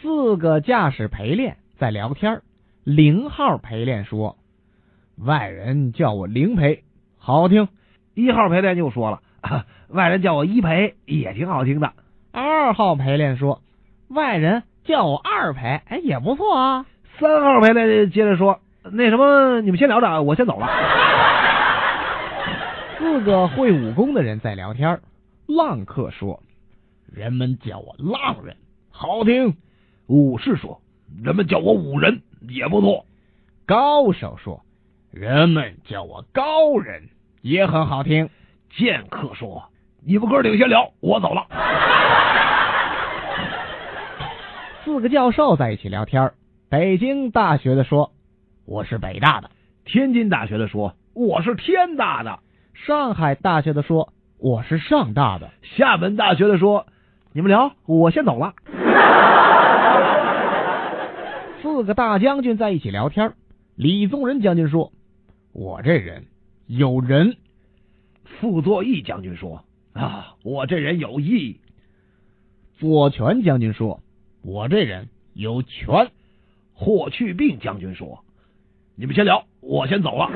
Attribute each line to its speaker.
Speaker 1: 四个驾驶陪练在聊天儿零号陪练说：“外人叫我零陪，好听；
Speaker 2: 一号陪练就 说了，啊外人叫我一陪也挺好听的。
Speaker 1: 二号陪练说，外人叫我二陪，哎，也不错啊。
Speaker 2: 三号陪练接着说，那什么，你们先聊着，啊，我先走 了。
Speaker 1: 四个会武功的人在聊天儿浪客说：“人们叫我浪人，好听。
Speaker 2: 武士说，人们叫我武人也不错。”
Speaker 1: 高手说：“人们叫我高人，也很好听。”
Speaker 2: 剑客说，你们哥几个先聊，我走了。
Speaker 1: 四个教授在一起聊天儿北京大学的说：“我是北大的。”
Speaker 2: 天津大学的说，我是天大的。
Speaker 1: 上海大学的说：“我是上大的。”
Speaker 2: 厦门大学的说，你们聊，我先走了。
Speaker 1: 四个大将军在一起聊天儿李宗仁将军说：“我这人有人。
Speaker 2: 傅作义将军说，啊，我这人有义。”
Speaker 1: 左权将军说：“我这人有权。
Speaker 2: 霍去病将军说，你们先聊，我先走了。